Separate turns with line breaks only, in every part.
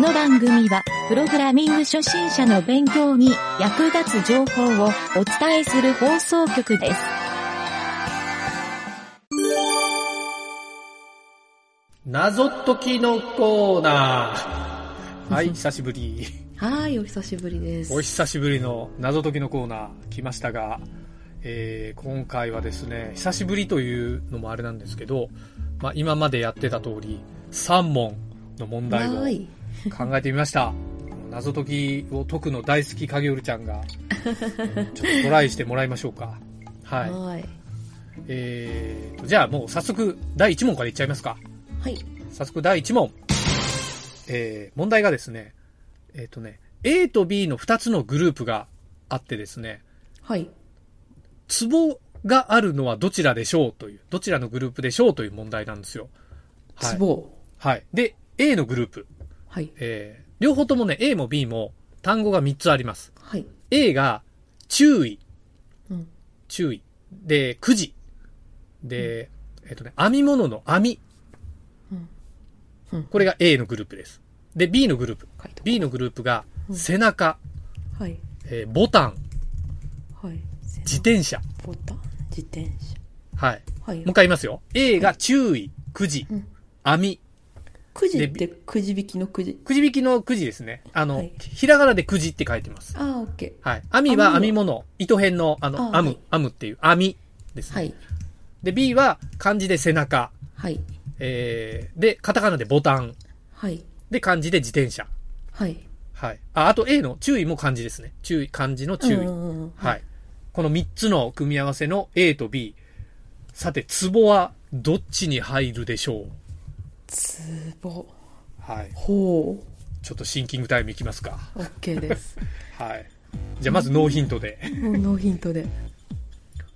の番組は、プログラミング初心者の勉強に役立つ情報をお伝えする放送局です。
謎解きのコーナー。はい、久しぶ り。
はい、お久しぶりです。
お久しぶりの謎解きのコーナー来ましたが、えー今回はですね、久しぶりというのもあれなんですけど、まあ、今までやってた通り、3問の問題
は
を
い。
考えてみました。謎解きを解くの大好き影るちゃんが、ちょっとトライしてもらいましょうか。はい。
はい。
えーと、じゃあもう早速、第1問からいっちゃいますか。
はい。
早速第1問。えー問題がですね、えっ、とね、A と B の2つのグループがあってですね、
はい。
ツボがあるのはどちらでしょうという、どちらのグループでしょうという問題なんですよ。は
ツ
い。
ボ。
はい。で、A のグループ。
はい。
えー両方ともね、A も B も単語が3つあります。
はい。
A が、注意、
うん。
注意。で、くじ。で、えっ、とね、編み物の編み。
うん。うん。
これが A のグループです。で、B のグループ。
書いとこ
B のグループが、
うん
背中、
うはい。
えーボタン、
はい。
自転車。
ボタン。自転車。
はい。
はい
もう一。回言いますよ。A が注意、くじ
うん、
網み。
くじって
で
くじ引きのくじ。
くじ引きのくじですね。あの、
はい
ひらがなでくじって書いてます。
ああ、オッケ
はい。網は編
編
み
み
物、糸編の、あ
あ
の、
ー
編
は
む
い、
編むっていう、編みです
ー。
ね。
はい。
で、B は漢字で背中、
はい。
えー、で、カタカナでボタン、
はい。
で、漢字で自転車。
はい。
はい。あ、あと A の注意も漢字ですね。注意、漢字の注意。
うんうんうん
はい。この3つの組み合わせの A と B。さて、ツボはどっちに入るでしょう
ツボ。
はい。
ほ
ちょっとシンキングタイムいきますか。
う。オッケー です。
はい。じゃあまずノーヒントで。
もうノーヒントで。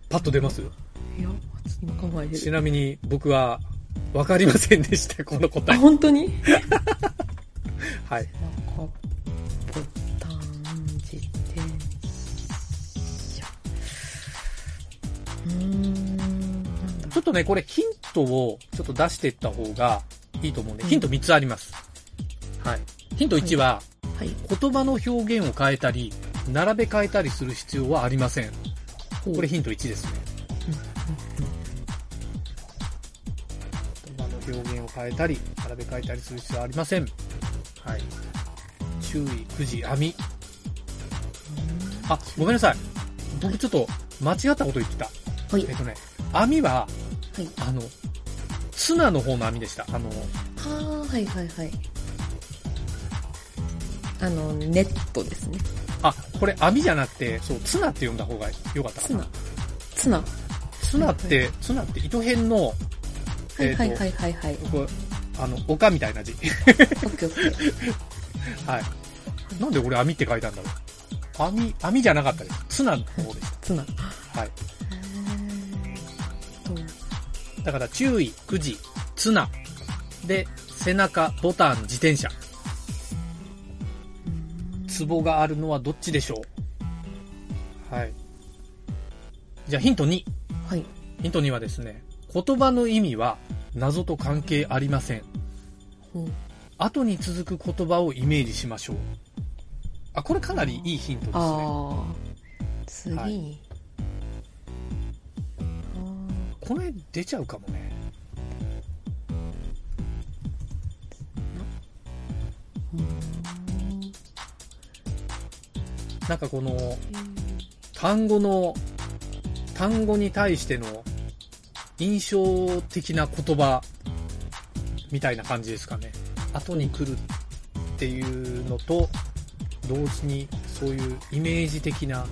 パッと出ます
いや、今考えて
ち
る。
なみに僕は分かりませんで した、この答
あ、
え。
本当に
は
なん
い。
かボタン自転車うーんなんだ
ちょっとね、これヒントをちょっと出していった方がいいと思うんで、ヒント3つあります。はい。ヒント1は、
はい
言葉の表現を変えたり、並べ替えたりする必要はありません。これヒント1ですね。言葉の表現を変えたり、並べ替えたりする必要はありません。はい。注意、くじ、網あ、ごめんなさい。僕ちょっと間違ったこと言ってた。
はい
えっとね、網は、
はい
あの、ツナの方の網でした。あの、
ああはいはいはいあのネットですね
あ、これ網じゃなくて、そう、ツナって呼んだ方が良かったか
ツ
な
ナ。ツナ
ツナって、ツナって糸編の、
は
えー
い
と
はいはいはいはい
僕、あの、丘みたいな字。
オッケーオッケー
はい。なんで俺網って書いたんだろう。網、網じゃなかったです。ツナの方でし
ツナへ
た。はい。
ーと
だから、注意、くじ、ツナ。で、背中、ボタン、自転車。ツボがあるのはどっちでしょうはい。じゃあヒント2。
はい
ヒント2はですね、言葉の意味は謎と関係ありません。
ほう
後に続く言葉をイメージしましょう。あ、これかなりいいヒントですね。
ああ次
はい
にあー
これ出ちゃうかもね。なんかこの単語の、単語に対しての印象的な言葉みたいな感じですかね。後に来るっていうのと、同時にそういうイメージ的な、
ほ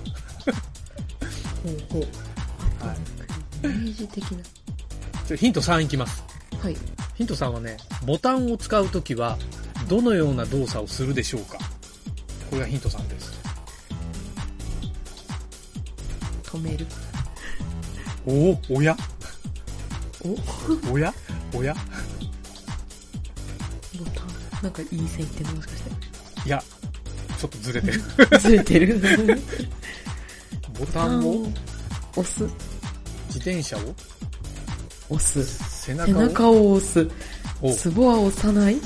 うほう
は
イメージ的な。
い、ちょヒント3いきます。
はい。
ヒント3はね、ボタンを使うときは、どのような動作をするでしょうかこれがヒント3です。
止める。
おお、おや
おボ
おやおや
タン。なんかいい線いってるもしか
いや、ちょっとずれ てる。
して。ずれてる。
ボタンを、
押す。
自転車を、
押す。
背中
背
を、
中を押す。
お
ツボは押さない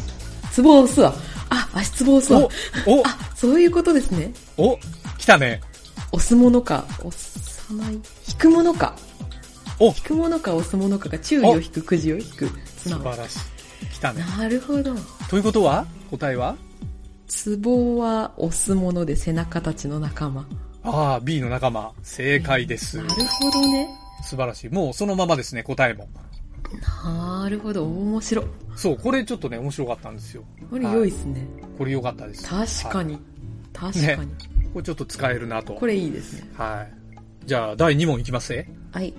ツボは押すわ。あ、足つぼを押すわ。
お
あ、そういうことですね。
おお来たね。
押すものか、押さない。引くものか。
お
引くものか押すものかが注意を引く、くじを引く。つ
素
な
晴らしい。来たね。
なるほど。
ということは答えは
ツボは押すもので背中たちの仲間。
ああ、B の仲間。正解です
な。るほどね。
素晴らしい。もうそのままですね、答えも。
なるほど、面白い。
そう、これちょっとね、面白かったんですよ。
これ良いですね。
これ良かったです。
確か
に。
に。確かに。
これちょっと使えるなと。
これいいですね。
はい。じゃあ、第2問いきますね。
はい。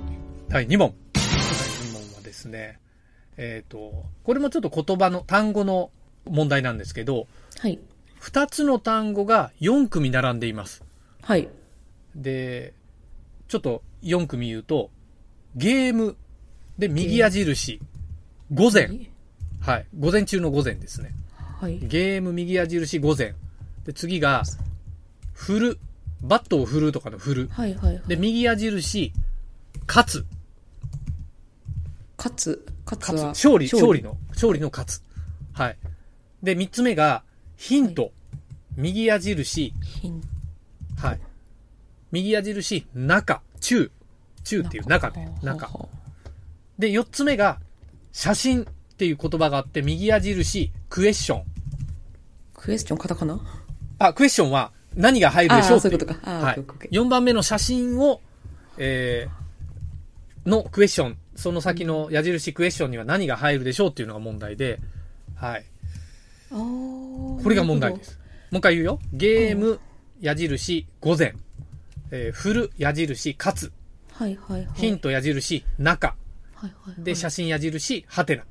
第2問。第2問はですね、えっ、と、これもちょっと言葉の、単語の問題なんですけど、
はい。
2つの単語が4組並んでいます。
はい。
で、ちょっと4組言うと、ゲーム、で、右矢印、午前。はい。午前中の午前ですね。
はい。
ゲーム右矢印午前。で、次が、振る。バットを振るとかの振る。
はいはいはい。
で、右矢印、勝つ。
勝つ。勝つ
勝つ。
は。
勝利、勝利。の、勝利の勝つ。はい。で、三つ目が、ヒント。右矢印、
ヒン
はい。右矢印、中、中。中っていう中ね。中。
は
で、四つ目が、写真っていう言葉があって、右矢印、クエスチョン。
クエスチョンカタカナ
あ、クエスチョンは何が入るでしょうって
あーそ
い
ういうことかあー
はい
オッケーオッケーオッケ
4番目の写真を、えー、のクエスチョン、その先の矢印クエスチョンには何が入るでしょうっていうのが問題で、はい。
あー
これが問題で。す。もう一回言うよ。ゲーム、矢印、午前。えー、振る、矢印、勝つ。
なるほどはいはいはい。
ヒント、矢印、中。
はいはいはい。
で、写真、矢印、ハテナ。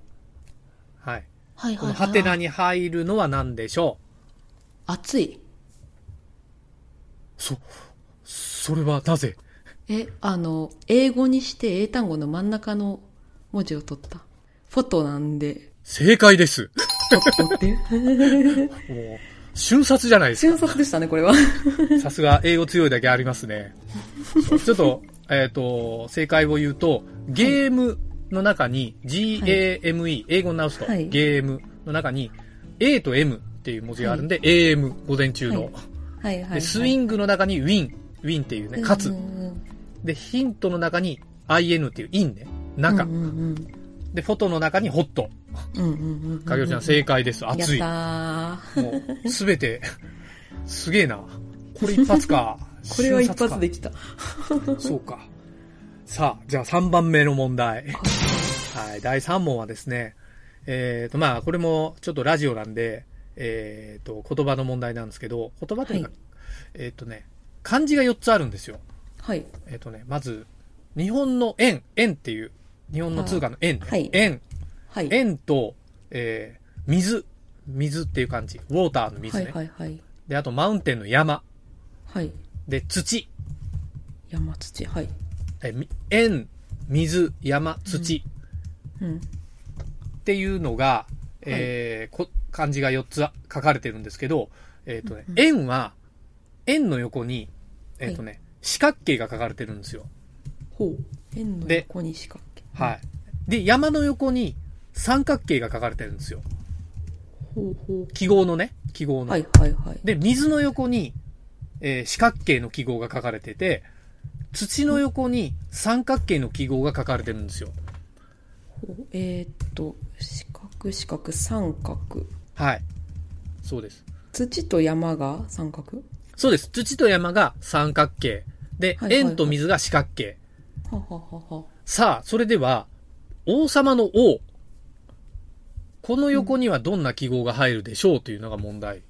はい。
はい
こ
はいはい。
のハテナに入るのは何でしょう
熱い。
そ、それはなぜ
え、あの、英語にして英単語の真ん中の文字を取った。フォトなんで、
正解です。
取って。
もう、 瞬殺じゃないです
瞬殺でしたね、これは。
か。さすが英語強いだけありますね。ちょっと、えっ、と、正解を言うと、ゲームの中に GAME、英語に直すと、
はい
ゲームの中に A と M っていう文字があるんで、AM、午前中の、
はいはいはい、は
で。
い。
スイングの中に Win、Win っていうね、勝
う
つ。
んうん
で、ヒントの中に IN っていう IN ね、中。
うんうん
で、フォトの中にホット。
うん。うんうんうんうん。
かげおちゃん正解です。熱い。
やったー。
もう、すべて、すげえな。これ一発か。
これは一
瞬殺
発
か
できた。
そうか。さあ、じゃあ3番目の問題。はい、第3問はですね、えっ、と、まあ、これもちょっとラジオなんで、えっ、と、言葉の問題なんですけど、言葉というか、
はい
えっ、とね、漢字が4つあるんですよ。
はい。
えっ、とね、まず、日本の円、円っていう、日本の通貨の円、ね
はい
円、
はい。
円と、えー水、水っていう漢字、ウォーターの水
は
ね。
いはいはい。
で、あと、マウンテンの山、
はい。
で、土、
山土。はい。
え、み円、水、山、土。
うん。
っていうのが、えーこ漢字が4つあ書かれてるんですけど、えっ、とね、円は、円の横に、えっ、とね、四角形が書かれてるんですよ。
ほう。円の
で
横に四角形。
はい。で、山の横に三角形が書かれてるんですよ。
ほうほ
記号のね、記号
う。
の。
はいはいはい。
で、水の横に、えー四角形の記号が書かれてて、土の横に三角形の記号が書かれてるんですよ。
ほうえー、っと、四角四角三角。
はい。そうです。
土と山が三角
そうです。土と山が三角形。で、
はいはいはい
円と水が四角形。
はははは。
さあ、それでは、王様の王。この横にはどんな記号が入るでしょうというのが問題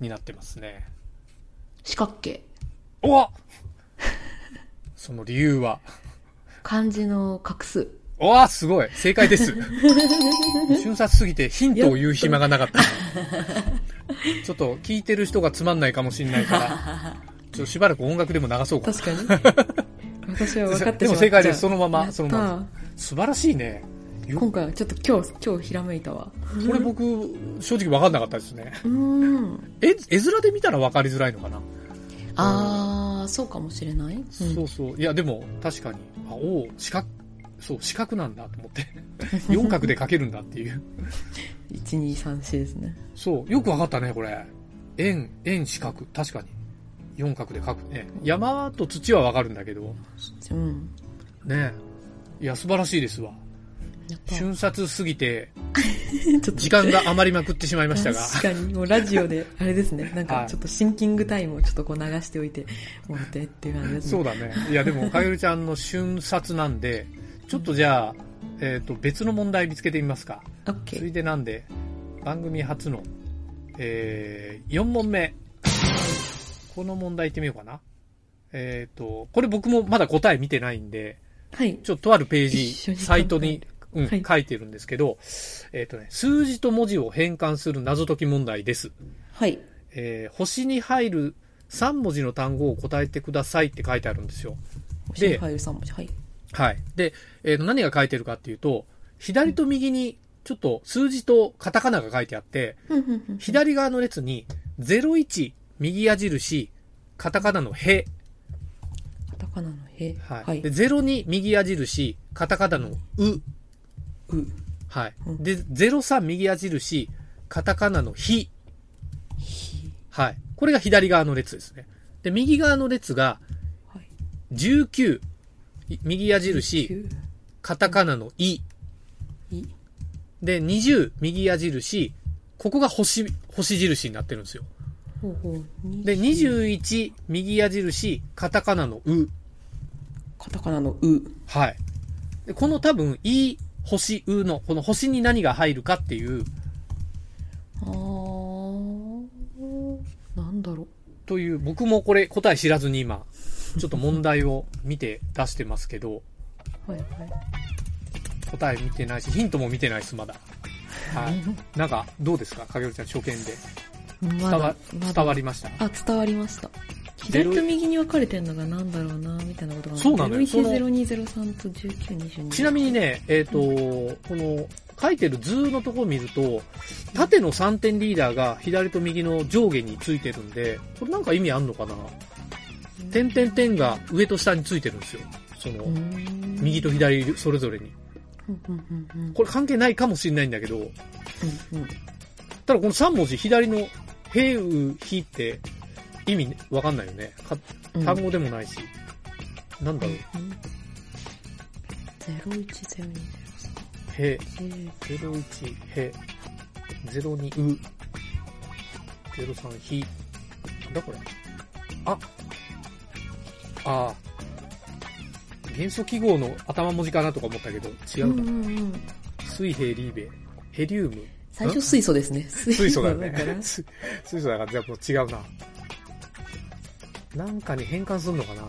になってますね。
四角形。
おわ その理由は。
漢字の画数。
おわすごい正解 です。瞬殺すぎてヒントを言う暇がなかった。ちょっと聞いてる人がつまんないかもしれないから、ちょっとしばらく音楽でも流そうかな。
確かに。 私は分かってしまった。
でも正解です。そのま
やったー
ま、そのまま。素晴らしいね。よ
今回はちょっと今日、今日ひらめいたわ。
これ僕、正直わかんなかったですね。
うーん。
え、絵面で見たら分かりづらいのかな、
あー、そうかもしれない。うん
そうそう。いや、でも、確かに。あ、おう四角そう、四角なんだと思って。 四角で書けるんだっていう。
1234ですね。
そう、よくわかったね、これ。円、円四角。確かに。四角で書くね。山と土はわかるんだけど。
うん。
ねいや、素晴らしいですわ。
やっぱ
瞬殺すぎて、
ち ょっと
時間が余りまくってしまいましたが。
確かに、もうラジオで、あれですね、なん
は
か
い
ちょっとシンキングタイムをちょっとこう流しておいてもらってっていう感じです
そ
ね。
うだね。いや、でも、かゆるちゃんの瞬殺なんで、ちょっとじゃあ、えっ、と、別の問題見つけてみますか。
オッケ
つ
ー。
いでなんで、番組初の、えー、4問目。この問題行ってみようかな。えっ、と、これ僕もまだ答え見てないんで、
はい。
ちょっととあるペー
一緒に考え
ジ、
る
サイトに、うん
はい
書いてるんですけど、えっ、とね、数字と文字を変換する謎解き問題です。
はい。
えー星に入る3文字の単語を答えてくださいって書いてあるんですよ。
星に入る3文字。はい。
はい。で、えーと何が書いてるかっていうと、左と右にちょっと数字とカタカナが書いてあって、左側の列に01右矢印、カタカナのへ。
カタカナのへ。
はい。
はい
で、。02右矢印、カタカナのう。
う。
はい。
うん
で、03右矢印、カタカナのひ。
ひ。
はい。これが左側の列ですね。で、右側の列が
はい。
19右矢印、
九
カタカナのい。
い。
で、20右矢印、ここが星、星印になってるんですよ。
ほうほう。
で、。21右矢印、カタカナのう。
カタカナのう。
はい。でこの多分、いい、星、うの、この星に何が入るかっていう、
あー。なんだろう。
という、僕もこれ答え知らずに今、ちょっと問題を見て出してますけど、
はいはい。
答え見てないし、ヒントも見てないです、まだ。はい。なんか、どうですか影るちゃん、初見で。
ま
伝わ
だ、ま、だ
伝わりました。
あ、伝わりました。
ゼロ
左と右に分かれてんのがなんだろうな、みたいなことが
そうなのよその
010203と1922。
ちなみにね、えっ、と、この、書いてる図のところを見ると、縦の3点リーダーが左と右の上下についてるんで、これなんか意味あんのかな点々点が上と下についてるんですよ。その
う、ん、
右と左それぞれに。
うんうんうんうん。
これ関係ないかもしれないんだけど、
うんうん
ただこの3文字左の、へう、ひって意味わかんないよね。か
うん
単語でもないし。なんだろう。
010203
へ、
え
01、へ、02、う、03、ひ、なんだこれ。あ、あー元素記号の頭文字かなとか思ったけど、
ー
違うな。
うんうんうん
水平リーベ、ヘリウム。
最初水素ですね。水
水素だよ
から
ね。 水水素だから、じゃあもう違うな。なんかに変換するのかな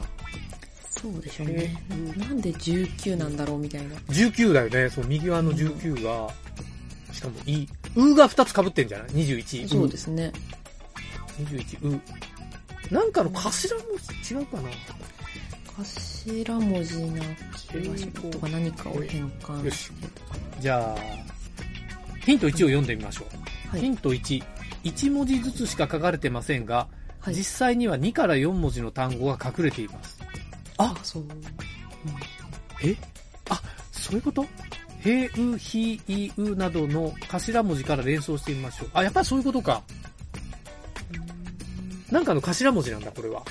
そうでしょうね。なんで19なんだろうみたいな。
?19 だよね、そう、右側の19が、しかも、い、うが2つ被ってんじゃない ?21、う。
そうですね。
21うなんかの頭も違うかな
頭文字な気がしますとか何かを変換してとか。
じゃあヒント1を読んでみましょう、
はい
ヒント11文字ずつしか書かれてませんが、
はい
実。際には2から4文字の単語が隠れています
あ、そう。
えあそういうことへうひいうなどの頭文字から連想してみましょうあやっぱりそういうことかなんかの頭文字なんだこれは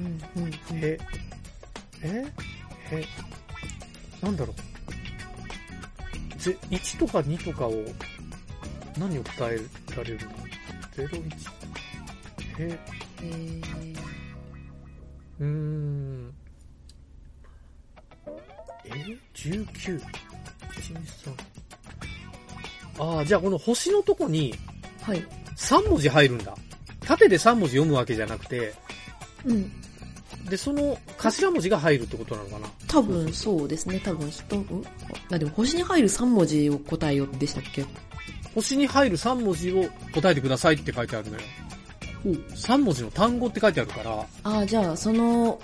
うんうんうんうん
へ、えへ、なんだろう。ぜ、1とか2とかを、何を答えられるの ?01。へ、
えー
うーん。え ?19。1、2、3。ああ、じゃあこの星のとこに
はい。
3文字入るんだ。縦で3文字読むわけじゃなくて、
うん。
で、その頭文字が入るってことなのかな
多分そうですね。多分人、んあ、でも星に入る3文字を答えよでしたっけ
星に入る3文字を答えてくださいって書いてあるのよ。3文字の単語って書いてあるから、
ああ、じゃあその、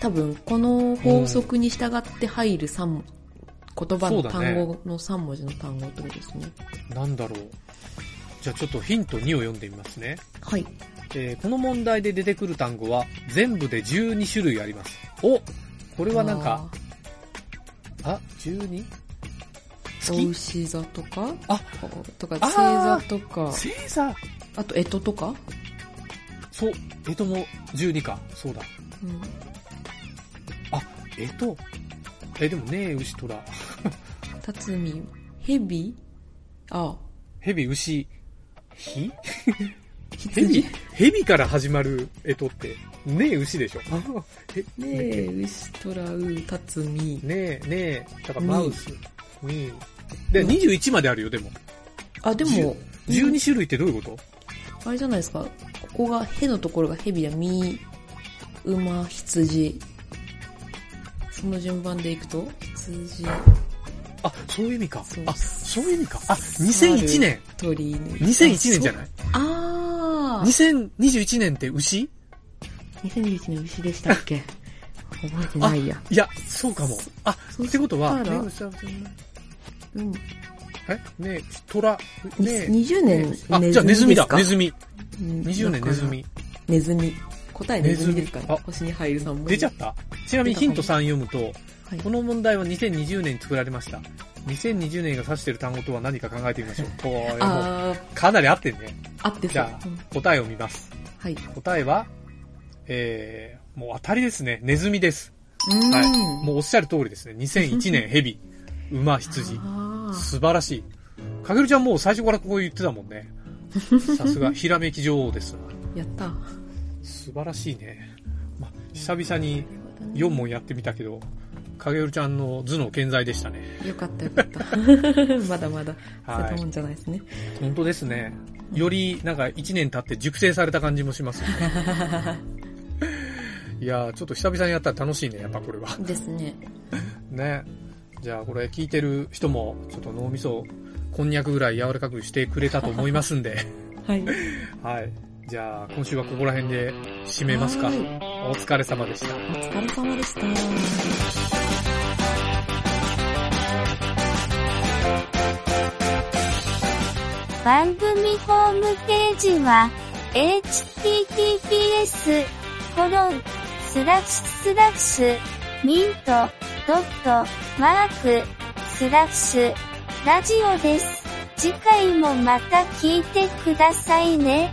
多分この法則に従って入る3、言葉
そ
の
うだね
単語の3文字の単語ってことですね。
なんだろう。じゃあちょっとヒント2を読んでみますね。
はい。
えーこの問題で出てくる単語は全部で12種類あります。おこれはなんか、あ、12?
お
月
牛座とか
あ
とか、
あ
星座
ー
とか、
星座
あと、えととか、
そう、えとも12か。そうだ。
うん、
えと。え、でもねえ、牛虎。
辰巳、蛇、あ、
蛇、牛、ひ
羊。
蛇
ね
蛇から始まるえとって、ねえ、牛で しょ。え
え、牛、虎、う、辰巳。
ねえ、ねえ、だからマウス、ウィーン。で、21まであるよ、でも。
あ、でも、
12種類ってどういうこと
あれじゃないですか。ここが、へのところが蛇だ。み、馬、羊。その順番でいくと、羊、
あ、そういう意味か
そう。
あ、そういう意味か。あ、2001年。
鳥、犬。
2001年じゃない
あー
?2021 年って牛
2021年牛でしたっ け覚えてないや。
いや、そうかも。あ、
そ
ってことは、
そした
ね
ら
え、牛じゃない
うん。20年、
えねえ、虎、ねえ。あ、
ネズミ
じゃあネズミだ
で、すか
ネズミ。
うん
20年ネズ。ミ。
ネズミ。答えネズミですか
ネズ
ら
ミあ
星に入る3本。
出ちゃったちなみにヒント3読むと、
はい
この問題は2020年に作られました。2020年が指している単語とは何か考えてみましょう。これもう
あー、
かなり合ってんね。
あって
じ
さ
ゃ。あ
うん
答えを見ます。
はい。
答えは、えー、もう当たりですね。ネズミです。
うん
はい。もうおっしゃる通りですね。2001 年、ヘビ、馬、羊。
あー
素晴らしい。かげるちゃんもう最初からここ言ってたもんね。さすが、ひらめき女王ですわ。
やった。
素晴らしいね。まあ、久々に4問やってみたけど、かげるちゃんの頭脳健在でしたね。
よかったよかった。 まだまだ、捨てたもんじゃないですね。
本当ですね。より、なんか1年経って熟成された感じもしま すよね。いやー、ちょっと久々にやったら楽しいね、やっぱこれは。
ですね。
ね。じゃあこれ聞いてる人も、ちょっと脳みそをこんにゃくぐらい柔らかくしてくれたと思いますんで。
はい。
はい。じゃあ今週はここら辺で締めますか
は。い
お疲れ様でした。
お疲れ様でした。
番組ホームページは、https, コロン、スラッシュスラッシュ、ミント、ドット、マーク、スラッシュ、ラジオです。次回もまた聞いてくださいね。